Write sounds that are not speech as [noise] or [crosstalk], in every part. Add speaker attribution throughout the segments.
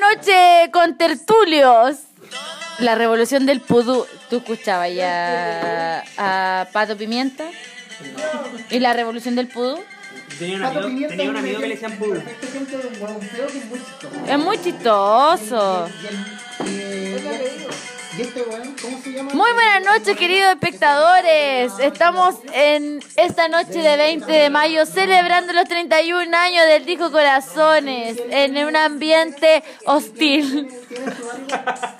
Speaker 1: noche con tertulios. La revolución del pudú. ¿Tú escuchabas ya a Pato Pimienta? ¿Y la revolución del pudú?
Speaker 2: Tenía un
Speaker 3: Pato
Speaker 2: amigo,
Speaker 3: Pimienta
Speaker 2: tenía un
Speaker 3: es
Speaker 2: amigo que le decían pudú.
Speaker 3: Perfecto ejemplo de un guaguanceo que es muy chistoso.
Speaker 1: Es muy chistoso.
Speaker 3: Y el- y el- y el- y este weón, ¿cómo se llama?
Speaker 1: Muy buenas noches, queridos espectadores. Estamos en esta noche de 20 de mayo celebrando los 31 años del disco Corazones en un ambiente hostil.
Speaker 3: Tiene su algo,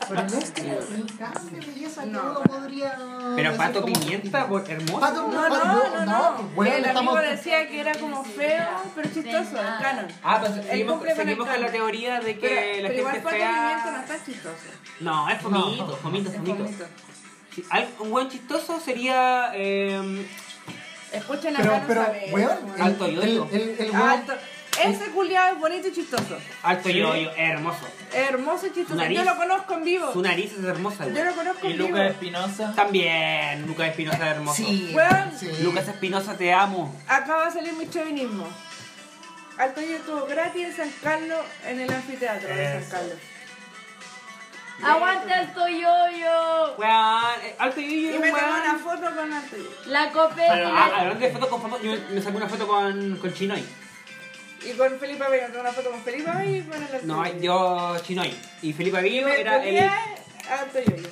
Speaker 3: pero no es que ni casi de belleza yo no lo podría.
Speaker 2: Pero
Speaker 3: decir
Speaker 2: Pato
Speaker 3: como-
Speaker 2: Pimienta, bo- hermoso.
Speaker 3: Pato,
Speaker 4: No,
Speaker 3: Pato-
Speaker 4: no, no, no.
Speaker 3: Bueno,
Speaker 4: el amigo
Speaker 3: estamos.
Speaker 4: decía que era como feo, pero chistoso, el canon.
Speaker 2: Ah, pues
Speaker 4: Él
Speaker 2: seguimos,
Speaker 4: cumple con el
Speaker 2: seguimos con la
Speaker 4: canon.
Speaker 2: teoría de que
Speaker 4: Pero,
Speaker 2: la
Speaker 4: pero igual
Speaker 2: gente
Speaker 4: Pato Pimienta no
Speaker 2: fea...
Speaker 4: está chistoso.
Speaker 2: No, es fomito, fomito,
Speaker 4: Es
Speaker 2: fomito.
Speaker 4: bonito.
Speaker 2: Sí, al- un buen chistoso sería... eh,
Speaker 4: Escuchen a
Speaker 3: Pero,
Speaker 4: Cano
Speaker 3: pero,
Speaker 4: Saavedra,
Speaker 3: weón, el-
Speaker 2: Alto
Speaker 3: el,
Speaker 2: yoyo.
Speaker 3: el, el, weón-
Speaker 4: Alto. Ese culiado es bonito y chistoso.
Speaker 2: alto yoyo, hermoso.
Speaker 4: Hermoso y chistoso.
Speaker 2: Nariz.
Speaker 4: Yo lo conozco en vivo.
Speaker 2: Su nariz es hermosa, güey.
Speaker 4: Yo lo conozco
Speaker 5: Y
Speaker 4: en vivo.
Speaker 5: Lucas Espinosa.
Speaker 2: También, Lucas Espinosa es hermoso.
Speaker 3: Sí,
Speaker 4: Weón.
Speaker 3: sí.
Speaker 2: Lucas Espinosa, te amo.
Speaker 4: Acaba de salir mi chauvinismo. Alto yo estuvo gratis en San Carlos, en el anfiteatro de San
Speaker 2: Eso.
Speaker 4: Carlos.
Speaker 1: Aguanta el toyoyo.
Speaker 2: Weón, eh, alto yoyo,
Speaker 4: Y
Speaker 2: weón.
Speaker 4: me tomé una foto con Alto Yoyo.
Speaker 1: La copeta. y
Speaker 2: Pero, ah,
Speaker 1: la-
Speaker 2: Hablando de fotos con famosos, yo me saqué una foto con, con Chinoy.
Speaker 4: Y con Felipe Vega, tomé una foto con Felipe Vega y con el Alto
Speaker 2: No,
Speaker 4: Yoyo.
Speaker 2: yo Chinoy. Y Felipe
Speaker 4: Y
Speaker 2: Aguillo
Speaker 4: me
Speaker 2: era
Speaker 4: tomé
Speaker 2: el.
Speaker 4: Alto Yoyo.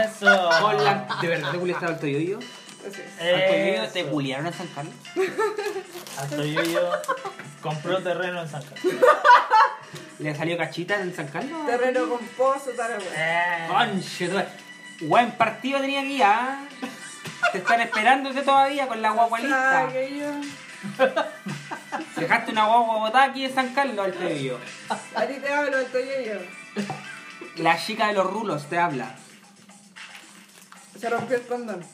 Speaker 5: Eso.
Speaker 2: Hola, este ¿de verdad te culiaste alto yoyo?
Speaker 4: Entonces,
Speaker 2: ¿Alto yoyo Eh, te
Speaker 5: Eso.
Speaker 2: culiaron a San Carlos?
Speaker 5: Alto Yoyo compró terreno en San Carlos.
Speaker 2: ¿Le salió cachita en San Carlos?
Speaker 4: Terreno con pozo, tal weón.
Speaker 2: Eh. Conche, tu- Buen partido tenía aquí, ¿ah? Te están esperándote todavía con la guagualista.
Speaker 4: Ay, yo.
Speaker 2: Dejaste una guagua botada aquí en San Carlos, alto yoyo.
Speaker 4: A ti te hablo, Alto Yoyo.
Speaker 2: La chica de los rulos te habla.
Speaker 4: Se rompió el condón.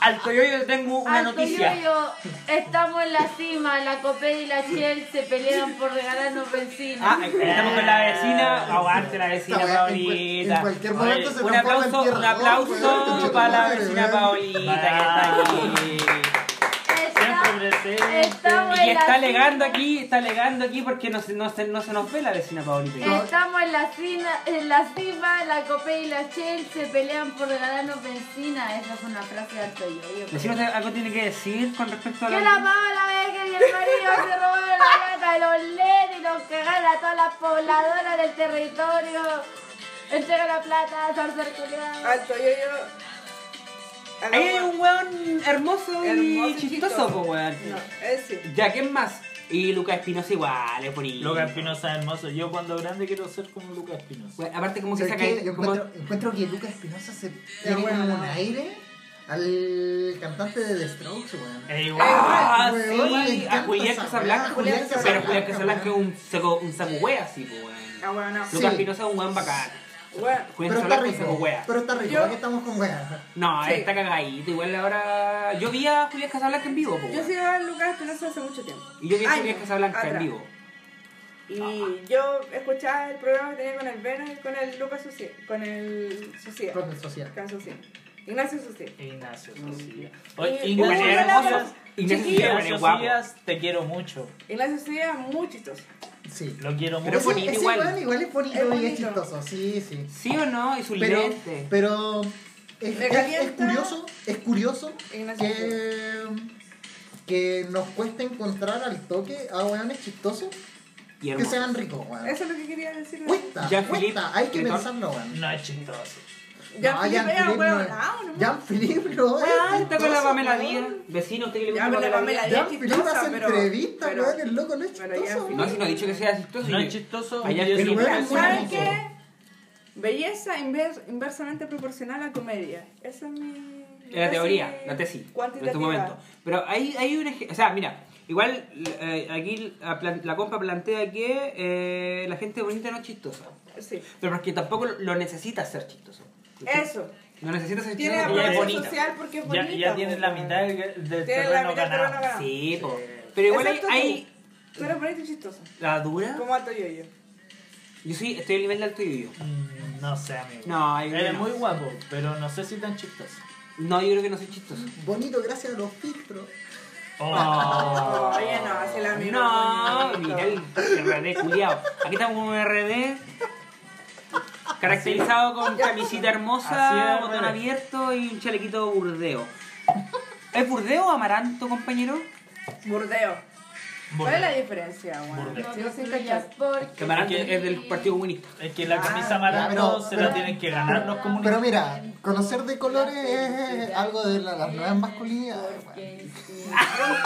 Speaker 2: Alto yoyo, tengo una
Speaker 1: Alto
Speaker 2: noticia.
Speaker 1: yoyo, estamos en la cima. La copeta y la Shell se pelean por regalarnos benzina.
Speaker 2: Ah, estamos con la vecina. Aguante la vecina
Speaker 3: Esta weá, en cual-
Speaker 2: Paolita.
Speaker 3: en cualquier momento
Speaker 2: Oye,
Speaker 3: se
Speaker 2: un
Speaker 3: transforma en
Speaker 2: aplauso,
Speaker 3: tierra
Speaker 2: un
Speaker 3: roja, weón,
Speaker 2: aplauso
Speaker 3: concha
Speaker 2: para la
Speaker 3: tu madre,
Speaker 2: vecina
Speaker 3: weón.
Speaker 2: Paolita que está aquí.
Speaker 1: Está-
Speaker 5: Siempre presente.
Speaker 1: Estamos en
Speaker 2: Y
Speaker 1: la
Speaker 2: está alegando
Speaker 1: cima.
Speaker 2: aquí, está alegando aquí porque no se, no se, no se nos ve la vecina
Speaker 4: Eh.
Speaker 2: Paolita.
Speaker 1: Estamos en la, cima, en la cima, la Copé y la Shell se pelean por regalarnos benzina. Esa es una frase de alto yoyo.
Speaker 2: Decimos algo tiene que decir con respecto a
Speaker 1: Que
Speaker 2: la...
Speaker 1: la mala vez que mi marido se robó la gata de los LED y nos cagaron a todas las pobladoras del territorio. Entrega la plata, sorcer culiado.
Speaker 4: Alto Yoyo. Hagamos-
Speaker 2: Ahí hay un weón hermoso y
Speaker 4: Hermoso y
Speaker 2: chistoso,
Speaker 4: chistoso.
Speaker 2: po, weón.
Speaker 4: No, es sí.
Speaker 2: Ya, ¿quién más? Y Lucas Espinosa igual, es bonito.
Speaker 5: Lucas Espinosa es hermoso. Yo cuando grande quiero ser como Lucas Espinosa.
Speaker 2: Weón, aparte como que
Speaker 3: ¿Sabes
Speaker 2: saca...
Speaker 3: qué? Yo
Speaker 2: como-
Speaker 3: encuentro, encuentro que Lucas Espinosa se tiene
Speaker 4: bueno,
Speaker 3: como un
Speaker 4: no.
Speaker 3: aire al cantante de The Strokes, weón.
Speaker 5: Es
Speaker 2: Ah,
Speaker 3: Weón, me
Speaker 2: sí,
Speaker 3: encanta
Speaker 2: a Julián
Speaker 3: esa
Speaker 2: Casablanca,
Speaker 3: weá,
Speaker 2: Julián
Speaker 3: Julián
Speaker 2: Casablanca, pero Julián
Speaker 3: Casablanca,
Speaker 2: Casablanca es
Speaker 3: weón.
Speaker 2: un saco, un saco wea, sí, po, weón.
Speaker 4: Ah, bueno.
Speaker 3: Sí.
Speaker 2: Lucas Pinoza es un weón bacán.
Speaker 4: Bueno,
Speaker 2: Julián
Speaker 3: pero está
Speaker 2: Casablanca es un saco
Speaker 3: rico,
Speaker 2: wea.
Speaker 3: pero está rico,
Speaker 4: Yo-
Speaker 3: ¿para qué estamos con weas?
Speaker 2: No,
Speaker 4: Sí.
Speaker 2: está cagadito, igual ahora... Yo vi a Julián Casablanca en vivo, po,
Speaker 4: yo
Speaker 2: weón.
Speaker 4: sigo a Lucas Espinosa hace mucho tiempo.
Speaker 2: Y yo vi a Julián
Speaker 4: Años
Speaker 2: Casablanca en
Speaker 4: atrás.
Speaker 2: vivo.
Speaker 4: Y yo escuchaba el programa que tenía con el Vena y con el Lucas Sucia. Con el Sucia.
Speaker 3: Con el social.
Speaker 4: Con Sucia. Ignacio Sucia.
Speaker 5: Eh, Ignacio Socias.
Speaker 4: Eh,
Speaker 5: Oye,
Speaker 2: Igual
Speaker 5: Ignacio
Speaker 2: es
Speaker 4: Hola,
Speaker 2: hermoso.
Speaker 5: Socias.
Speaker 2: Y
Speaker 4: Chiquillo.
Speaker 2: Ignacio
Speaker 5: Ignacio
Speaker 2: es guapo.
Speaker 5: Socias, te quiero mucho.
Speaker 4: Ignacio Sucia es muy chistoso.
Speaker 3: Sí.
Speaker 5: Lo quiero
Speaker 2: Pero
Speaker 5: mucho.
Speaker 2: es bonito
Speaker 3: ese
Speaker 2: igual.
Speaker 3: weón igual es bonito
Speaker 4: Es
Speaker 3: y es
Speaker 4: bonito.
Speaker 3: chistoso, sí, sí.
Speaker 2: ¿Sí o no? Y su
Speaker 3: Pero,
Speaker 2: lente.
Speaker 3: pero es,
Speaker 4: Me
Speaker 3: es-
Speaker 4: calienta.
Speaker 3: es curioso, es curioso
Speaker 4: Ignacio
Speaker 3: que, que nos cueste encontrar al toque a weones chistosos
Speaker 2: Y
Speaker 3: que
Speaker 2: hermoso.
Speaker 3: sean ricos, weón.
Speaker 4: Eso es lo que quería decir.
Speaker 3: Cuesta,
Speaker 2: Jean Philippe
Speaker 3: cuesta, hay que
Speaker 2: Breton.
Speaker 3: pensarlo, weón.
Speaker 5: No es chistoso.
Speaker 4: Ya
Speaker 3: No,
Speaker 4: Felipe era un
Speaker 3: Jean-Philippe no
Speaker 4: huevo.
Speaker 3: es-
Speaker 4: Ah, no.
Speaker 3: Jean-Philippe no es
Speaker 2: Ah, está con la
Speaker 3: chistoso,
Speaker 2: Pamela
Speaker 3: weón.
Speaker 2: Díaz. Vecino, ¿usted que le
Speaker 4: Ya,
Speaker 2: gusta
Speaker 4: pero la Pamela Díaz.
Speaker 3: Jean-Philippe
Speaker 4: chistosa,
Speaker 3: hace
Speaker 4: pero-
Speaker 3: entrevistas,
Speaker 4: pero-
Speaker 3: weón, el loco no es
Speaker 4: pero
Speaker 3: chistoso,
Speaker 4: Jean-Philippe-
Speaker 2: No, si no ha dicho que sea chistoso.
Speaker 5: No
Speaker 2: yo-
Speaker 5: es chistoso.
Speaker 2: Allá
Speaker 5: Yo
Speaker 2: el
Speaker 5: siempre-
Speaker 3: weón-
Speaker 4: Mira, ¿saben
Speaker 3: Hermoso.
Speaker 4: qué? Belleza inver- inversamente proporcional a comedia. Esa es mi. mi
Speaker 2: La
Speaker 4: tesis
Speaker 2: teoría, la tesis, en
Speaker 4: cuantitativa.
Speaker 2: este momento. Pero hay, hay un ej- o sea, mira, igual eh, aquí la, plan- la compa plantea que eh, la gente bonita no es chistosa.
Speaker 4: Sí.
Speaker 2: Pero porque tampoco lo, lo necesita ser chistoso.
Speaker 4: Eso.
Speaker 2: No necesita ser
Speaker 4: Tiene
Speaker 2: chistoso
Speaker 5: la
Speaker 2: porque ya es
Speaker 4: aprobación
Speaker 2: bonita.
Speaker 4: social porque es
Speaker 5: Ya,
Speaker 4: bonita.
Speaker 5: ya tienes
Speaker 4: po,
Speaker 5: la
Speaker 4: weón.
Speaker 5: mitad del, del
Speaker 4: Tienes la
Speaker 5: terreno
Speaker 4: mitad del terreno
Speaker 5: ganado.
Speaker 4: ganado.
Speaker 2: Sí, po. Pero igual hay,
Speaker 4: Excepto tú.
Speaker 2: hay
Speaker 4: Tú eres bonito y chistoso.
Speaker 2: la dura.
Speaker 4: Como alto yo yo.
Speaker 2: Yo soy, estoy al nivel de alto y yo.
Speaker 5: Mm, No sé, amigo.
Speaker 2: No, yo
Speaker 5: Eres
Speaker 2: no.
Speaker 5: muy guapo, pero no sé si tan chistoso.
Speaker 2: No, yo creo que no soy chistoso.
Speaker 3: Bonito, gracias a los filtros.
Speaker 5: [laughs] Oh.
Speaker 4: Oye, no, hace la misma.
Speaker 2: Ah. No,
Speaker 4: bonito.
Speaker 2: mira el RD culiao. Aquí estamos con un RD caracterizado con camisita hermosa,
Speaker 5: Así es,
Speaker 2: botón
Speaker 5: RD.
Speaker 2: abierto y un chalequito burdeo. ¿Es burdeo o amaranto, compañero?
Speaker 4: Burdeo. ¿Cuál es la diferencia, weón?
Speaker 5: Burdeo.
Speaker 4: Sigo sin cachar.
Speaker 2: Que amaranto
Speaker 5: Sí.
Speaker 2: es del Partido Comunista.
Speaker 5: Es que la camisa
Speaker 4: Ah,
Speaker 5: amaranto
Speaker 3: pero-
Speaker 5: se
Speaker 3: pero-
Speaker 5: la tienen que ganar los comunistas.
Speaker 3: Pero mira, conocer de colores es algo de la- las nuevas masculinidades. weón.
Speaker 4: [laughs]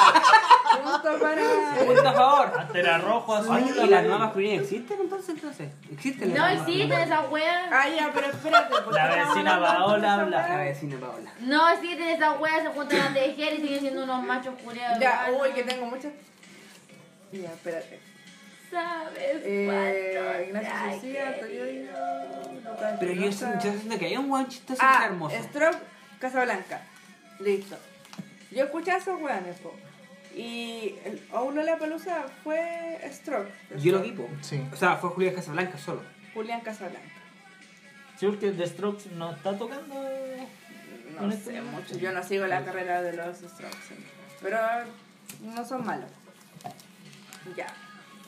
Speaker 4: Punto para.
Speaker 2: Punto a favor.
Speaker 5: Antes era rojo, azul.
Speaker 2: Oye, ¿y la nueva masculina existe entonces? entonces? ¿Existe la
Speaker 1: No
Speaker 2: nueva
Speaker 1: existen
Speaker 2: masculina?
Speaker 1: esas weas.
Speaker 4: Ah, ya, pero espérate. ¿por qué
Speaker 5: La
Speaker 4: estamos
Speaker 5: vecina
Speaker 4: hablando de
Speaker 5: Paola
Speaker 4: esa
Speaker 5: habla.
Speaker 4: weá?
Speaker 2: La vecina Paola.
Speaker 1: No existen esas weas, se juntan a
Speaker 4: [coughs]
Speaker 1: tejer y siguen siendo unos machos culiados.
Speaker 4: Ya,
Speaker 1: ¿verdad?
Speaker 4: uy, que tengo muchas. Ya, espérate.
Speaker 1: ¿Sabes cuánto
Speaker 4: Eh, Ignacio
Speaker 1: te ha
Speaker 4: Suicida,
Speaker 1: querido?
Speaker 4: Toyoyo, Lucas
Speaker 2: Pero yo,
Speaker 4: Espinosa.
Speaker 2: yo siento que hay un weón chistoso que está
Speaker 4: Ah,
Speaker 2: hermoso.
Speaker 4: Stroke, Casablanca. Listo. Yo escuché a esos weones, po. Y el Oulo La Palusa fue Stroke.
Speaker 2: Yo lo vi, po.
Speaker 3: Sí.
Speaker 2: O sea, fue Julián Casablanca solo.
Speaker 4: Julián Casablanca.
Speaker 5: Sí, porque The Strokes no está tocando.
Speaker 4: No sé mucho. Yo no sigo la carrera de los Strokes. en verdad. Pero no son malos. Ya.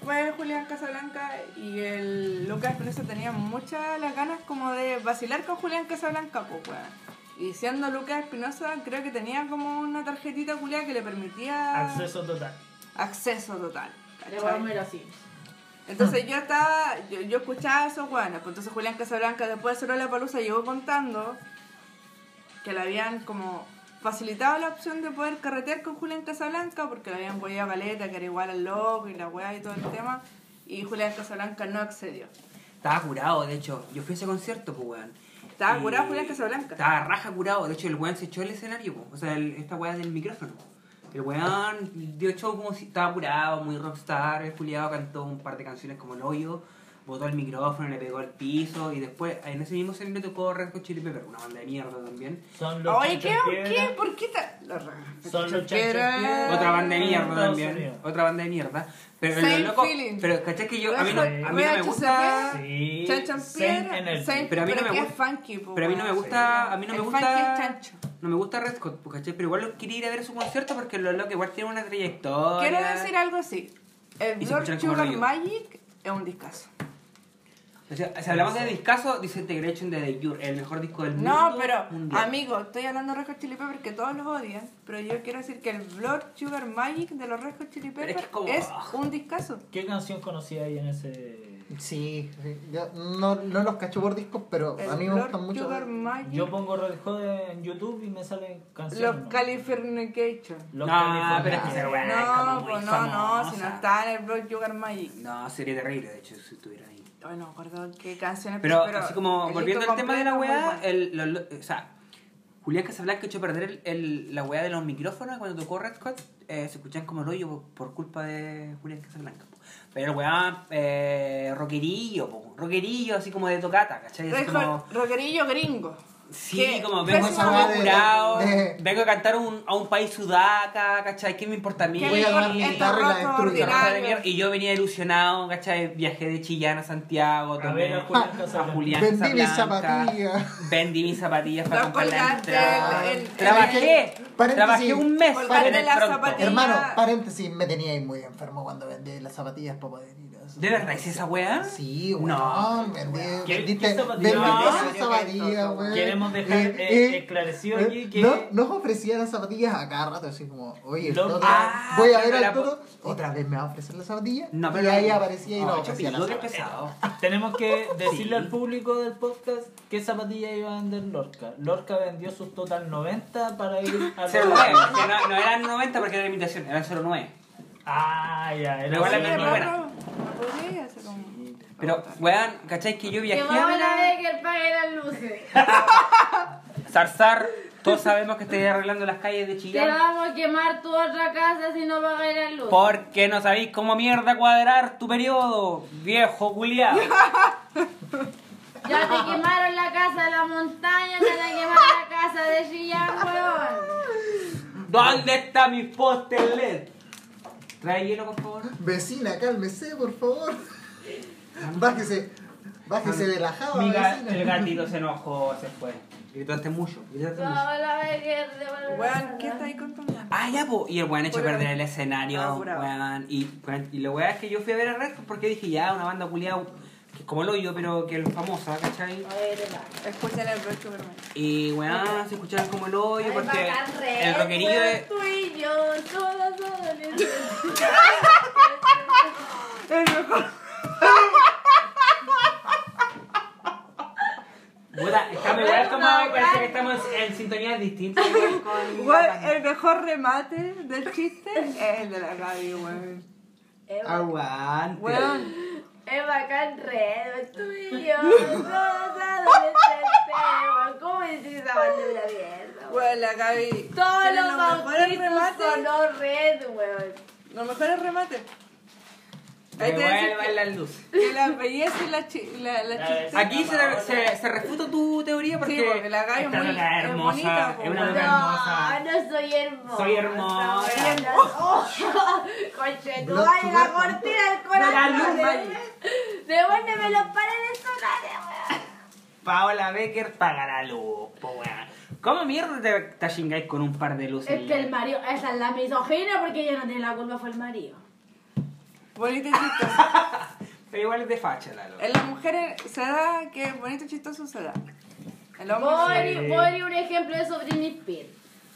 Speaker 4: Fue Julián Casablanca y el Lucas Espinosa tenía muchas las ganas como de vacilar con Julián Casablanca, pues, weón. Y siendo Lucas Espinosa, creo que tenía como una tarjetita culiada que le permitía
Speaker 5: Acceso total.
Speaker 4: acceso total.
Speaker 1: Le
Speaker 4: ¿cachai?
Speaker 1: voy a poner así.
Speaker 4: Entonces yo estaba, yo, yo escuchaba a esos guanas, pues entonces Julián Casablanca después de hacer la palusa llegó contando que le habían como facilitado la opción de poder carretear con Julián Casablanca porque le habían podido a Caleta, que era igual al loco y la weá y todo el tema, y Julián Casablanca no accedió.
Speaker 2: Estaba curado, de hecho. Yo fui a ese concierto, pues, weón.
Speaker 4: Estaba
Speaker 2: Y-
Speaker 4: curado Julián Casablanca.
Speaker 2: Estaba raja curado. De hecho, el weón se echó el escenario, po. O sea, el- esta weá del micrófono. El weón dio show como si estaba curado, muy rockstar. El culiado cantó un par de canciones como el hoyo. Botó el micrófono, le pegó al piso. Y después, en ese mismo set le tocó Red Hot Chili Pepper, una banda de mierda también.
Speaker 5: Son los
Speaker 4: Oye, ¿qué?
Speaker 5: chanchas
Speaker 4: ¿Qué?
Speaker 5: piedra.
Speaker 4: ¿Por qué ta- la raja?
Speaker 5: Son los
Speaker 4: Chanchas
Speaker 5: chanchas
Speaker 2: Otra banda de mierda
Speaker 5: Estados
Speaker 2: también.
Speaker 5: Unidos.
Speaker 2: Otra banda de mierda. Pero
Speaker 4: Same
Speaker 2: lo loco.
Speaker 4: feeling.
Speaker 2: Pero caché que yo. A mí no, a mí no me
Speaker 4: VHC,
Speaker 2: gusta.
Speaker 5: Sí.
Speaker 4: Chanchan
Speaker 5: Saint
Speaker 4: Pierre,
Speaker 5: Energy.
Speaker 4: Saint-
Speaker 2: Pero a mí no
Speaker 4: es
Speaker 2: me
Speaker 4: que es
Speaker 2: gusta-
Speaker 4: funky, po,
Speaker 2: Pero a mí no me
Speaker 4: weón.
Speaker 2: gusta. A mí no me
Speaker 4: El funky es
Speaker 2: gusta.
Speaker 4: chancho.
Speaker 2: No me gusta Red Hot, pues, ¿cachai? Pero igual lo quería ir a ver su concierto porque los locos igual tienen una trayectoria.
Speaker 4: Quiero decir algo así. El
Speaker 2: Y se
Speaker 4: Blood
Speaker 2: escuchan como
Speaker 4: Sugar
Speaker 2: ruido.
Speaker 4: Magic es un discazo.
Speaker 2: O sea, si hablamos de discazo, Disintegration de The Cure, el mejor disco del mundo.
Speaker 4: No, pero
Speaker 2: mundial.
Speaker 4: amigo, estoy hablando de Red Hot Chili Peppers que todos los odian, pero yo quiero decir que el Blood Sugar Magic de los Red Hot Chili
Speaker 2: Pero es
Speaker 4: Peppers
Speaker 2: que como-
Speaker 4: es un discazo.
Speaker 5: ¿Qué canción conocía ahí en ese.?
Speaker 3: Sí, sí. Yo no, no los cacho por discos, pero
Speaker 4: El
Speaker 3: a mí me
Speaker 4: Blood
Speaker 3: gustan mucho.
Speaker 4: Sugar Magic,
Speaker 5: Yo pongo Red Hot en YouTube y me salen canciones.
Speaker 4: los
Speaker 5: ¿no?
Speaker 4: Californication.
Speaker 5: Los
Speaker 2: No,
Speaker 5: Californianos.
Speaker 2: pero es que esa weá Ah, es como
Speaker 4: No,
Speaker 2: muy
Speaker 4: pues no, no, si no
Speaker 2: famosa.
Speaker 4: está en el Blood Sugar Magic.
Speaker 2: No, sería terrible, de hecho, si estuviera ahí.
Speaker 4: Ay, no me acuerdo qué canciones
Speaker 2: Pero,
Speaker 4: pero
Speaker 2: así como
Speaker 4: el
Speaker 2: volviendo
Speaker 4: disco
Speaker 2: al tema de la
Speaker 4: completo es muy
Speaker 2: weá,
Speaker 4: bueno.
Speaker 2: el, lo- lo- o sea, Julián Casablanca echó a perder el, el- la weá de los micrófonos cuando tocó Red Hot, eh, se escuchan como el hoyo por, por culpa de Julián Casablanca. po. Pero el weá, eh, rockerillo, po, rockerillo, así como de tocata, ¿cachai? Así
Speaker 4: Red
Speaker 2: como,
Speaker 4: Hot, rockerillo gringo.
Speaker 2: sí,
Speaker 4: que
Speaker 2: como vengo
Speaker 4: pésima
Speaker 2: como
Speaker 3: de-
Speaker 2: curado,
Speaker 3: de-
Speaker 2: vengo a cantar un- a un país sudaca, ¿cachai? ¿Qué me importa a mí?
Speaker 4: Que
Speaker 3: Voy a agarrar mi
Speaker 4: estos
Speaker 3: guitarra y la
Speaker 4: rotos
Speaker 3: destruyo.
Speaker 2: Una cosa de mierda.
Speaker 4: ordinarios.
Speaker 2: Y yo venía ilusionado, ¿cachai? Viajé de Chillán a Santiago,
Speaker 5: A ver,
Speaker 2: tomé
Speaker 5: a Julián Casablanca.
Speaker 2: a Julián
Speaker 3: Vendí mis
Speaker 2: Casablanca,
Speaker 3: zapatillas.
Speaker 2: Vendí mis zapatillas para
Speaker 4: Los
Speaker 2: comprar la
Speaker 4: colgantes,
Speaker 2: entrada.
Speaker 4: el- el-
Speaker 2: Trabajé,
Speaker 3: Paréntesis.
Speaker 2: trabajé un mes
Speaker 4: Colgantes,
Speaker 2: en el
Speaker 4: las
Speaker 2: pronto.
Speaker 4: zapatillas.
Speaker 3: Hermano, paréntesis, me teníais muy enfermo cuando vendí las zapatillas para poder ir a eso.
Speaker 2: ¿De verdad hice esa weá?
Speaker 3: Sí, weón.
Speaker 2: No.
Speaker 3: vendí,
Speaker 5: ¿Qué-
Speaker 3: vendiste,
Speaker 5: qué
Speaker 3: vendiste
Speaker 5: zapatillas?
Speaker 3: esas
Speaker 4: No.
Speaker 3: zapatillas, weón.
Speaker 5: Queremos dejar
Speaker 3: Eh,
Speaker 5: eh,
Speaker 3: eh,
Speaker 5: esclarecido
Speaker 3: eh,
Speaker 5: aquí que.
Speaker 3: no, nos ofrecían las zapatillas a cada rato, así como, oye, el
Speaker 5: No.
Speaker 3: Toto,
Speaker 2: Ah,
Speaker 3: voy a ver
Speaker 2: pero
Speaker 3: al
Speaker 2: la po-
Speaker 3: Toto, otra vez me va a ofrecer las zapatillas.
Speaker 2: No, Oh,
Speaker 3: y
Speaker 2: pero
Speaker 3: ahí aparecía y
Speaker 2: no,
Speaker 3: nos
Speaker 2: yo
Speaker 3: ofrecía las
Speaker 2: pico, qué
Speaker 3: zapatillas.
Speaker 2: pesado.
Speaker 5: [laughs] Tenemos que decirle
Speaker 2: Sí.
Speaker 5: al público del podcast qué zapatilla iba a vender Lorca. Lorca vendió sus total 90 para ir
Speaker 2: [laughs]
Speaker 5: a
Speaker 2: 09, que no, no eran 90 porque era imitación, eran 09.
Speaker 5: Ah, ya, era
Speaker 2: Igual la
Speaker 5: bueno,
Speaker 2: mía es
Speaker 5: ¿no?
Speaker 2: muy buena.
Speaker 4: Claro, no podía hacer como-
Speaker 2: Pero, weón, ¿cachai? Que
Speaker 1: Que
Speaker 2: yo viajé
Speaker 1: vamos a
Speaker 2: a
Speaker 1: la
Speaker 2: la...
Speaker 1: vez que él pague las luces.
Speaker 4: [laughs]
Speaker 2: Zarzar, todos sabemos que estoy arreglando las calles de
Speaker 1: Te
Speaker 2: Chillán.
Speaker 1: vamos a quemar tu otra casa si no pagas las luces.
Speaker 2: Porque no sabéis cómo mierda cuadrar tu periodo, viejo
Speaker 4: [laughs]
Speaker 2: culiado.
Speaker 1: Ya te quemaron la casa de la montaña, te van a quemar la casa de Chillán,
Speaker 4: [laughs]
Speaker 1: weón.
Speaker 2: ¿Dónde está mi poste LED? Trae hielo, por favor.
Speaker 3: Vecina, cálmese, por favor. [laughs] Bájese, bájese de la java,
Speaker 2: Mi ga- el
Speaker 3: vecina.
Speaker 2: gatito se enojó, se fue. Gritaste mucho, gritaste mucho.
Speaker 1: Paola Becker, de Paola
Speaker 4: Weón, ¿qué
Speaker 1: Becker.
Speaker 4: estáis contando?
Speaker 2: Ah, ya, po. Y el weón echó a
Speaker 4: Pura-
Speaker 2: perder el escenario,
Speaker 4: Ah, pura-
Speaker 2: weón. Y, weón, y la weá es que yo fui a ver a Red Hot porque dije, ya, una banda culiada, que es como el hoyo, pero que es famosa, ¿cachai?
Speaker 4: Escuchen el broche vermelho.
Speaker 2: Y weón, se escuchaban como el hoyo porque
Speaker 1: bacán,
Speaker 2: el
Speaker 1: Red,
Speaker 2: rockerillo
Speaker 1: weón,
Speaker 2: es.
Speaker 1: pues Tú y yo, todas adolescentes.
Speaker 2: Puta, está muy weón, como parece que estamos en sintonías distintas. weón, con-
Speaker 4: Weón, el mejor remate del chiste es el de la Gaby, weón.
Speaker 1: Es ba-
Speaker 2: Ah, Aguante.
Speaker 4: Weón,
Speaker 1: Es bacán, Red, pues tú y yo, todas adolescentes. weón. ¿Cómo decís esa bandera abierta? weón?
Speaker 4: weón, la Gaby.
Speaker 1: Todos
Speaker 4: tiene
Speaker 1: los
Speaker 4: mejores
Speaker 1: bautizos
Speaker 4: remates.
Speaker 1: sonó Red, weón.
Speaker 4: Los mejores remates.
Speaker 2: Me
Speaker 4: Ahí te decís
Speaker 2: vuelvan las luces.
Speaker 4: que- que la belleza y la, chi- la, la
Speaker 5: Ya
Speaker 4: chiste.
Speaker 2: Aquí se, se, se refuta tu teoría porque,
Speaker 4: Sí, porque la Gaby es
Speaker 2: esta
Speaker 4: muy-
Speaker 2: loca
Speaker 4: es
Speaker 2: hermosa,
Speaker 4: bonita, po,
Speaker 2: es una
Speaker 1: No,
Speaker 2: loca hermosa.
Speaker 1: no soy hermosa.
Speaker 2: Soy hermosa. Oh.
Speaker 1: Soy hermosa. [laughs] Conche, tú
Speaker 3: Blood to
Speaker 1: ay, la
Speaker 3: work.
Speaker 1: cortina del
Speaker 2: luz,
Speaker 1: corazón. eh.
Speaker 2: Maggie.
Speaker 1: Devuélveme los paneles solares, weón.
Speaker 2: Paola Becker paga la luz, po weón. ¿Cómo mierda te, te chingáis con un par de luces?
Speaker 1: Es que el marido, esa es la misoginia porque ella no tiene la culpa, fue el marido.
Speaker 4: Bonito y chistoso.
Speaker 2: Pero igual es de facha la loca.
Speaker 4: En las mujeres se da que bonito y chistoso se da. El hombre
Speaker 1: Voy voy un ejemplo de eso, Britney Spears.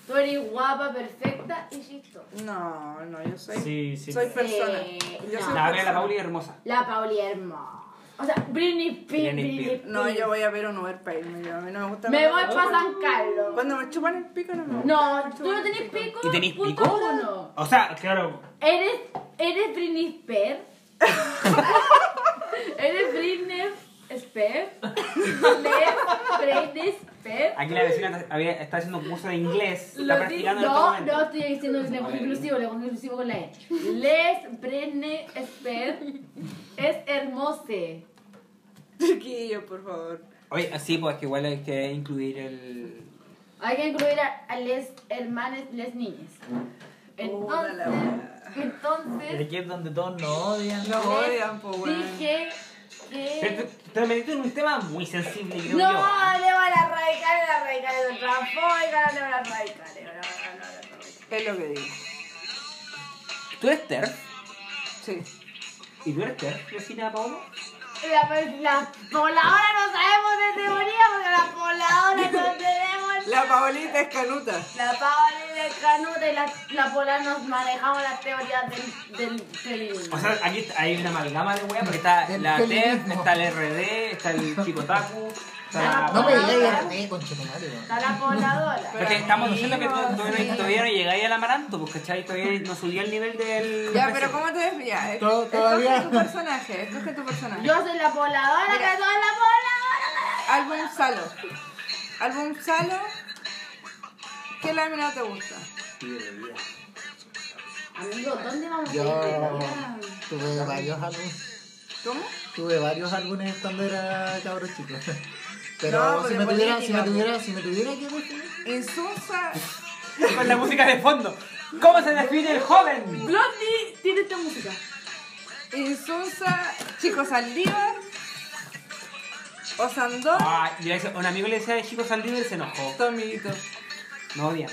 Speaker 1: Tú eres guapa, perfecta y chistosa.
Speaker 4: se- No, no, yo soy.
Speaker 5: Sí, sí.
Speaker 4: Soy persona.
Speaker 1: Sí,
Speaker 4: Yo
Speaker 1: no.
Speaker 4: soy
Speaker 2: La Gabriela
Speaker 4: persona.
Speaker 2: Pauli es hermosa.
Speaker 1: La Pauli es hermosa. O sea, Britney Spears,
Speaker 2: Britney
Speaker 1: Britney,
Speaker 2: Spears.
Speaker 1: Spears.
Speaker 4: No, yo voy a ver un Uber Pay. yo- A mí no me gusta.
Speaker 1: Pues, Me
Speaker 4: ver-
Speaker 1: voy para San Carlos.
Speaker 4: Cuando me chupan el pico no me gusta.
Speaker 1: No, tú no tenés pico.
Speaker 2: ¿Y tenéis
Speaker 1: punto
Speaker 2: pico?
Speaker 1: uno.
Speaker 2: O sea, claro.
Speaker 1: ¿Eres, eres Britney Spears? ¿Eres Britney Spears? ¿Britney Spears?
Speaker 2: Aquí la vecina está, había- está haciendo un curso de inglés. Está
Speaker 1: Lo di-
Speaker 2: practicando en
Speaker 1: no, no
Speaker 2: este momento.
Speaker 1: estoy diciendo que
Speaker 2: A
Speaker 1: lenguaje
Speaker 2: ver.
Speaker 1: inclusivo, lenguaje inclusivo con la E. Les Britney Spears es hermosa.
Speaker 4: [laughs] Chiquillo, por favor.
Speaker 2: Oye, sí, pues que igual hay que incluir el.
Speaker 1: Hay que incluir a, a les hermanas, les niñas.
Speaker 4: Puta
Speaker 1: Entonces,
Speaker 4: la wea.
Speaker 5: Pero
Speaker 1: entonces
Speaker 5: aquí es donde todos nos odian.
Speaker 4: Nos odian, po, weón.
Speaker 1: dije que...
Speaker 2: Pero tú- tú te metiste en un tema muy sensible, creo
Speaker 1: No, le
Speaker 2: Este yo.
Speaker 1: van a radicales, las radicales del transfoica, le van a radicales, no, no, no, no, no.
Speaker 4: Es lo que digo.
Speaker 2: ¿Tú eres Ter?
Speaker 4: Sí.
Speaker 2: ¿Y tú eres Ter, vecina Paola?
Speaker 1: La, la pobladora no sabemos de teoría porque la pobladora no tenemos.
Speaker 4: La Paolita es canuta.
Speaker 1: La Paola y el Canuta y la, la Polar nos manejamos las teorías del, del feminismo.
Speaker 2: O sea, aquí está- hay una amalgama de weas, porque está
Speaker 3: Del
Speaker 2: la TEF,
Speaker 3: feminismo.
Speaker 2: está el RD, está el Chico Taku, está
Speaker 1: Ah,
Speaker 2: la...
Speaker 3: No me
Speaker 1: pero-
Speaker 3: digáis el RD, conchetumare, weón.
Speaker 1: Está la pobladora.
Speaker 2: Porque estamos diciendo que
Speaker 4: Amigos,
Speaker 2: to- todavía no,
Speaker 4: sí.
Speaker 2: todavía no llegáis al amaranto, porque ¿cachai? todavía no subió el nivel del...
Speaker 4: Ya, pero ¿cómo te desvías?
Speaker 3: To- todavía.
Speaker 4: Escoge tu [laughs] personaje, escoge tu personaje.
Speaker 1: Yo soy la pobladora,
Speaker 4: Mira.
Speaker 1: que soy la pobladora.
Speaker 4: Álbum Salo. Álbum Salo. ¿Qué lámina te gusta?
Speaker 1: Amigo, ¿dónde vamos
Speaker 2: [laughs]
Speaker 3: Yo
Speaker 1: a ir?
Speaker 3: tuve varios álbumes,
Speaker 4: ¿Cómo?
Speaker 3: tuve varios álbumes cuando era cabro chico. [laughs] Pero
Speaker 4: No,
Speaker 3: si,
Speaker 4: de
Speaker 3: me tuviera, si me
Speaker 4: política,
Speaker 3: tuviera, si me tuviera que definir,
Speaker 4: Insulsa.
Speaker 2: [laughs] Con la música de fondo. ¿Cómo se define el joven?
Speaker 1: Blondie tiene esta música.
Speaker 4: Insulsa. Chicos Saldívar. Osandón.
Speaker 2: Ah, y le decía- un amigo le decía de Chico Saldívar y se enojó.
Speaker 4: Tomito.
Speaker 2: No odia.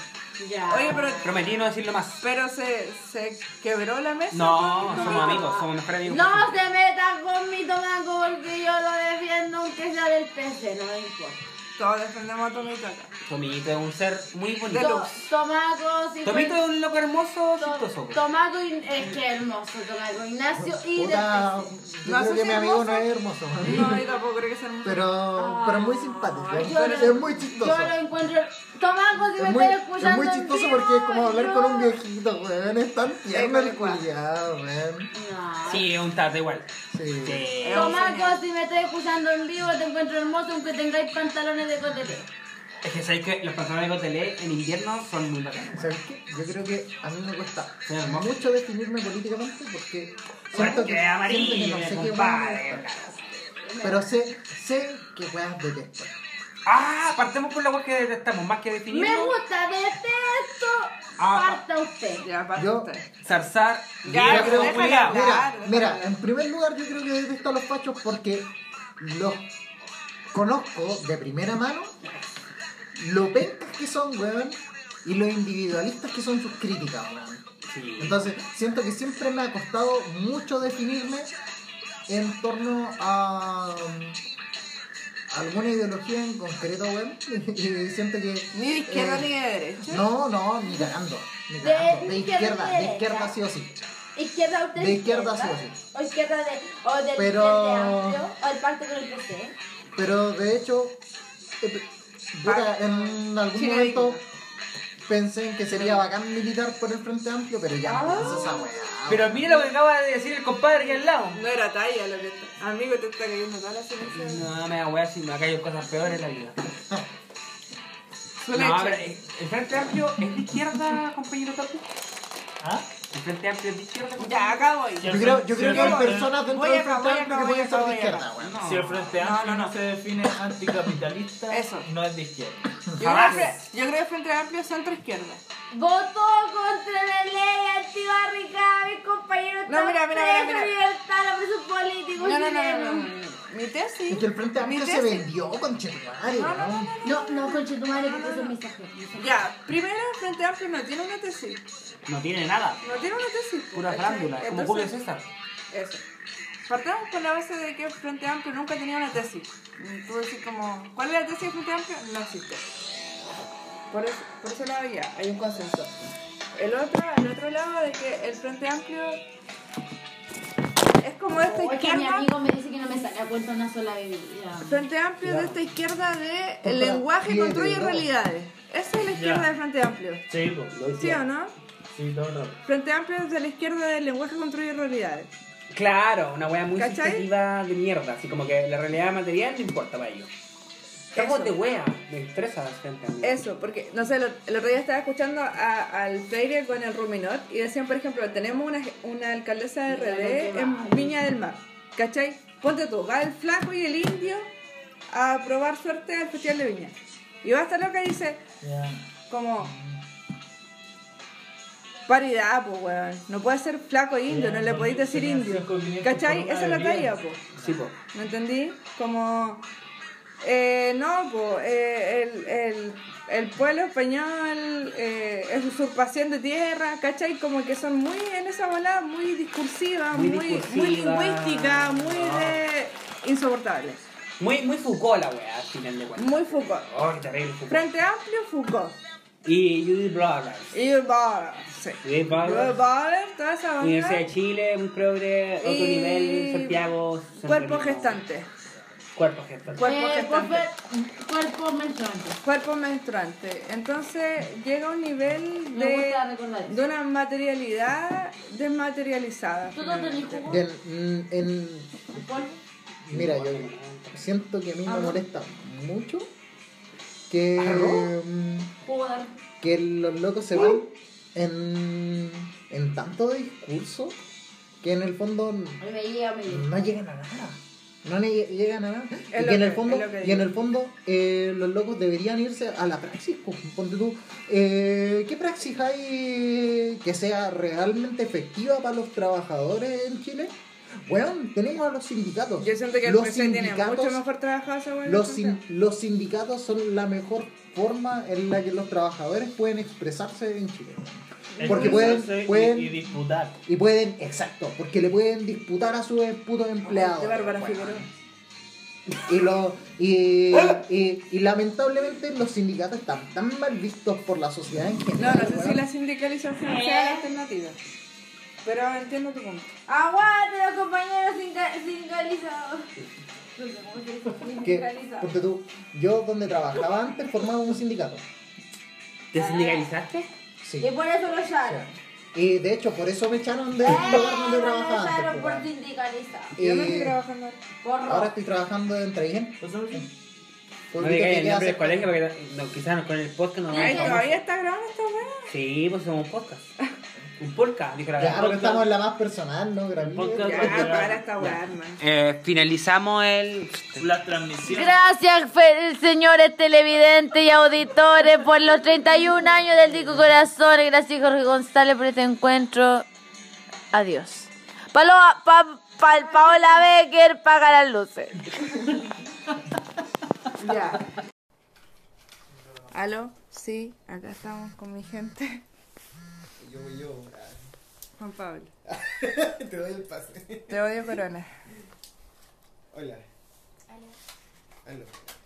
Speaker 1: Ya.
Speaker 4: Oye, pero,
Speaker 2: Prometí no decirlo más.
Speaker 4: pero se, se quebró la mesa.
Speaker 2: No,
Speaker 4: con
Speaker 2: somos
Speaker 4: Tomito.
Speaker 2: amigos, somos mejores amigos.
Speaker 1: No se metan con mi tomaco porque yo lo defiendo aunque sea del PC, no me importa.
Speaker 4: Todos defendemos a Tomito acá.
Speaker 2: Tomito es un ser muy
Speaker 4: De
Speaker 2: bonito.
Speaker 1: To-
Speaker 4: luz.
Speaker 1: tomaco, sí,
Speaker 2: Tomito es un loco hermoso,
Speaker 1: to-
Speaker 2: chistoso.
Speaker 1: Tomaco, in- es que hermoso, Tomaco Ignacio y del
Speaker 3: puta,
Speaker 1: PC.
Speaker 3: yo
Speaker 4: No,
Speaker 3: creo
Speaker 4: soy
Speaker 3: que mi amigo no
Speaker 4: hermoso.
Speaker 3: es hermoso.
Speaker 4: No, yo tampoco creo que sea un
Speaker 3: Pero, pero es muy simpático,
Speaker 1: Ah. Ay, yo
Speaker 3: es
Speaker 1: lo-
Speaker 3: muy chistoso.
Speaker 1: Yo lo encuentro. Tomaco, si
Speaker 3: Es
Speaker 1: me
Speaker 3: muy,
Speaker 1: estás
Speaker 3: es
Speaker 1: escuchando.
Speaker 3: muy
Speaker 1: en
Speaker 3: chistoso
Speaker 1: vivo,
Speaker 3: porque es como hablar con un
Speaker 1: yo-
Speaker 3: viejito, weón. Es tan tierno el culiado, weón.
Speaker 1: No.
Speaker 2: Sí, es un tata igual.
Speaker 3: Sí.
Speaker 2: Sí.
Speaker 4: eh,
Speaker 1: Tomaco, si me estás escuchando en vivo, te encuentro hermoso aunque tengáis pantalones de cotelé.
Speaker 2: Es que sabéis que los pantalones de Gotelé en invierno son muy bacanos.
Speaker 3: ¿Sabes qué? Yo creo que a mí me cuesta
Speaker 2: Sí, hermoso.
Speaker 3: mucho definirme políticamente porque siento que,
Speaker 2: Porque
Speaker 3: siento que
Speaker 2: amarillo,
Speaker 3: no sé qué weón me
Speaker 2: compadre.
Speaker 3: gusta. Pero sé, sé que weas detesto.
Speaker 2: Ah, partemos por la web que detestamos, más que definir.
Speaker 1: Me gusta, detesto.
Speaker 2: Ah.
Speaker 1: Parta usted.
Speaker 4: Ya, aparte
Speaker 3: Yo-
Speaker 4: usted.
Speaker 2: Zarzar,
Speaker 4: Ya,
Speaker 2: viejo
Speaker 4: pero déjala
Speaker 2: culiao.
Speaker 4: hablar.
Speaker 3: Mira,
Speaker 4: Claro,
Speaker 3: mira,
Speaker 4: claro.
Speaker 3: en primer lugar yo creo que detesto a los fachos porque los conozco de primera mano lo pencas que son, weón, y lo individualistas que son sus críticas, weón.
Speaker 2: Sí.
Speaker 3: Entonces, siento que siempre me ha costado mucho definirme en torno a um, alguna ideología en concreto, weón. [laughs] Y siento que.
Speaker 4: Ni de izquierda
Speaker 3: eh,
Speaker 4: ni de derecha.
Speaker 3: No, no, ni cagando. Ni
Speaker 1: De
Speaker 3: cagando.
Speaker 1: izquierda
Speaker 3: De izquierda,
Speaker 1: ni
Speaker 3: de
Speaker 1: derecha.
Speaker 3: izquierda sí o sí.
Speaker 1: Izquierda o
Speaker 3: De izquierda, sí
Speaker 1: O izquierda de, o del
Speaker 3: Pero-
Speaker 1: Frente Amplio, o el pacto con el PC.
Speaker 3: Pero de hecho, eh, puta, en algún
Speaker 4: Chile
Speaker 3: momento
Speaker 4: digno.
Speaker 3: pensé en que sería bacán militar por el Frente Amplio, pero
Speaker 4: Ah.
Speaker 3: ya no es esa weá.
Speaker 2: Pero mire lo que acaba de decir el compadre aquí al lado.
Speaker 4: No era talla lo que está. Amigo, te está cayendo toda la ciencia.
Speaker 2: No, me da weá, si me ha caído cosas peores en la vida.
Speaker 4: Son
Speaker 2: No,
Speaker 4: hechos.
Speaker 2: pero eh, el Frente Amplio es de izquierda, compañero Tapu.
Speaker 5: ¿Ah?
Speaker 2: El Frente Amplio es de izquierda.
Speaker 4: Ya,
Speaker 2: compañero?
Speaker 4: acá voy.
Speaker 5: Ya.
Speaker 3: Yo creo, yo creo que hay
Speaker 5: Voy a-
Speaker 3: personas dentro
Speaker 4: voy
Speaker 3: del
Speaker 4: a-
Speaker 3: Frente
Speaker 4: voy a-
Speaker 3: Amplio que
Speaker 4: voy a-
Speaker 3: pueden ser
Speaker 4: voy
Speaker 3: de
Speaker 4: a-
Speaker 3: izquierda, weón.
Speaker 2: No.
Speaker 5: Si el Frente
Speaker 4: No,
Speaker 5: Amplio
Speaker 4: no,
Speaker 5: no,
Speaker 4: no.
Speaker 5: se define anticapitalista,
Speaker 4: Eso.
Speaker 5: no es de izquierda.
Speaker 4: Yo creo,
Speaker 2: Jamás.
Speaker 4: que, yo creo que Frente Amplio es centro izquierda.
Speaker 1: Voto contra la ley antibarricada, mis compañeros.
Speaker 4: No, mira, mira, mira, mira.
Speaker 1: libertad, los presos políticos.
Speaker 4: No, no, no, no, no,
Speaker 1: chilenos.
Speaker 4: no, no. Mi tesis.
Speaker 3: Es que el Frente
Speaker 4: mi
Speaker 3: Amplio se
Speaker 4: tesis-
Speaker 3: vendió con Chetumare,
Speaker 4: No, no, no,
Speaker 3: weón.
Speaker 6: No, no, conche tu madre, porque son mis ajenos.
Speaker 4: Ya, primero Frente Amplio no tiene una tesis.
Speaker 2: No tiene nada.
Speaker 4: No tiene una tesis.
Speaker 2: Pura
Speaker 4: ¿cachai?
Speaker 2: farándula, como
Speaker 4: Entonces,
Speaker 2: Julio César.
Speaker 4: Eso. Partamos con la base de que el Frente Amplio nunca tenía una tesis. Mm, Tú decís como, ¿cuál es la tesis del Frente Amplio? No existe. Por, eso, por ese lado ya, hay un consenso. El otro, el otro lado de que el Frente Amplio es como esta
Speaker 6: Es que mi
Speaker 4: izquierda.
Speaker 6: amigo me dice que no me sale a cuenta una sola bebida.
Speaker 4: Frente Amplio es de esta izquierda de
Speaker 3: Compra
Speaker 4: el lenguaje
Speaker 3: piedra,
Speaker 4: construye
Speaker 3: ¿no?
Speaker 4: realidades. Esa es la izquierda
Speaker 5: Ya.
Speaker 4: del Frente Amplio.
Speaker 5: Sí, pues, lo
Speaker 4: ¿Sí o no?
Speaker 5: Sí, todo el rato.
Speaker 4: Frente Amplio es de la izquierda del lenguaje construye realidades.
Speaker 2: Claro, una weá muy
Speaker 4: ¿Cachai?
Speaker 2: subjetiva de mierda. Así como que la realidad material no importa para ellos. Estamos
Speaker 4: Eso.
Speaker 2: de wea, me estresa el Frente Amplio.
Speaker 4: Eso, porque, no sé, el el otro día estaba escuchando a- al Freire con el Ruminot y decían, por ejemplo, tenemos una, una alcaldesa de RD en Viña del Mar, ¿cachai? Ponte tú, va el flaco y el indio a probar suerte al Festival de Viña. Y va esta loca y dice,
Speaker 5: Ya.
Speaker 4: como... Paridad, pues, weón. No puede ser flaco e indio, no le podéis decir indio. ¿Cachai? Esa es la talla, pues.
Speaker 2: Sí, po.
Speaker 4: ¿Me entendí? Como. eh, no, po, eh, el, el- el pueblo español eh, es usurpación de tierra, ¿cachai? Como que son muy, en esa volada, muy discursiva, muy,
Speaker 2: Muy
Speaker 4: muy,
Speaker 2: discursiva. Ah.
Speaker 4: lingüística, muy de. insoportables.
Speaker 2: Muy, muy Foucault la wea, al final de cuentas.
Speaker 4: Muy Foucault.
Speaker 2: Oh, qué terrible Foucault.
Speaker 4: Frente Amplio, Foucault.
Speaker 2: Y Judith Brothers.
Speaker 4: Y el Bauer, sí.
Speaker 2: Judith
Speaker 4: Y el
Speaker 2: Brothers.
Speaker 4: Bauer, toda esa onda.
Speaker 2: Universidad de Chile, un progre, otro
Speaker 4: Y-
Speaker 2: nivel, Santiago. San
Speaker 4: Cuerpo
Speaker 2: Remo.
Speaker 4: gestante.
Speaker 2: Cuerpo gestante.
Speaker 4: Cuerpo
Speaker 6: Eh,
Speaker 4: gestante.
Speaker 6: cuerpo- Cuerpo menstruante.
Speaker 4: cuerpo menstruante. Entonces llega a un nivel
Speaker 6: Me
Speaker 4: de,
Speaker 6: gusta recordar eso.
Speaker 4: de una materialidad desmaterializada.
Speaker 6: ¿Tú no tenés
Speaker 4: finalmente.
Speaker 6: jugo?
Speaker 3: Del- mm, en- mira, yo siento que a mí
Speaker 4: Ah.
Speaker 3: me molesta mucho que,
Speaker 2: ¿Arroz?
Speaker 3: mm,
Speaker 6: ¿Puedo dar?
Speaker 3: que los locos se van en, en tanto de discurso que en el fondo
Speaker 6: Ay, Me llega, me llega.
Speaker 3: no llegan a nada. No le lle- llegan a nada.
Speaker 4: Es
Speaker 3: y,
Speaker 4: lo
Speaker 3: que en
Speaker 4: que-
Speaker 3: el fondo,
Speaker 4: es lo que
Speaker 3: y en
Speaker 4: digo.
Speaker 3: el fondo eh, los locos deberían irse a la praxis. pues. Ponte tú, eh, ¿qué praxis hay que sea realmente efectiva para los trabajadores en Chile? Bueno, tenemos a los sindicatos.
Speaker 4: Yo siento que el
Speaker 3: los
Speaker 4: PC tiene
Speaker 3: sindicatos-
Speaker 4: mucho mejor trabajado esa hueá.
Speaker 3: los, sin- los sindicatos son la mejor forma en la que los trabajadores pueden expresarse en Chile. Porque pueden-
Speaker 5: Expresarse y-
Speaker 3: pueden-
Speaker 5: Y disputar.
Speaker 3: Y pueden, exacto, porque le pueden disputar a sus putos empleados.
Speaker 4: De Bárbara
Speaker 3: weón.
Speaker 4: Figueroa.
Speaker 3: Y, lo, y, y- y lamentablemente los sindicatos están tan mal vistos por la sociedad en
Speaker 4: No,
Speaker 3: general.
Speaker 4: no sé si
Speaker 3: weón.
Speaker 4: la sindicalización sea la alternativa. Pero entiendo tu punto. Ah,
Speaker 1: Aguante los compañeros sinca- sindicalizados.
Speaker 3: que, porque tú, yo donde trabajaba antes formaba un sindicato.
Speaker 2: ¿Te sindicalizaste?
Speaker 3: Sí.
Speaker 1: Y por eso lo echaron.
Speaker 3: Y de hecho, por eso me echaron del lugar donde
Speaker 1: Eh, lo
Speaker 3: trabajaba
Speaker 1: echaron
Speaker 3: antes.
Speaker 1: por
Speaker 3: weón.
Speaker 1: sindicalizado.
Speaker 4: Yo no estoy
Speaker 3: Eh,
Speaker 4: trabajando.
Speaker 1: Por robo.
Speaker 3: ahora estoy trabajando en Tragen.
Speaker 5: Eso sí.
Speaker 2: No digas el nombre del colegio porque no, quizás no, con el podcast no
Speaker 4: Ay,
Speaker 2: vamos a
Speaker 4: todavía está grabando esta hueá.
Speaker 2: Sí, pues somos un podcast. Un podcast, dijo la
Speaker 3: Ya,
Speaker 2: verdad.
Speaker 3: porque estamos en la más personal, ¿no? Gran
Speaker 5: Podcast.
Speaker 3: mierda.
Speaker 4: Ya, para esta hueá, hermano.
Speaker 2: Eh, finalizamos el.
Speaker 5: Las transmisiones.
Speaker 1: Gracias, fe- señores televidentes y auditores, por los 31 años del Dico Corazón. Gracias, Jorge González, por este encuentro. Adiós. Palo, pa- pa- Paola Becker, paga las luces.
Speaker 4: Ya. Aló, sí, acá estamos con mi gente.
Speaker 7: Yo voy yo.
Speaker 4: Juan Pablo.
Speaker 7: [laughs] Te doy el pase.
Speaker 4: Te odio, Corona.
Speaker 7: Hola. Aló. Aló.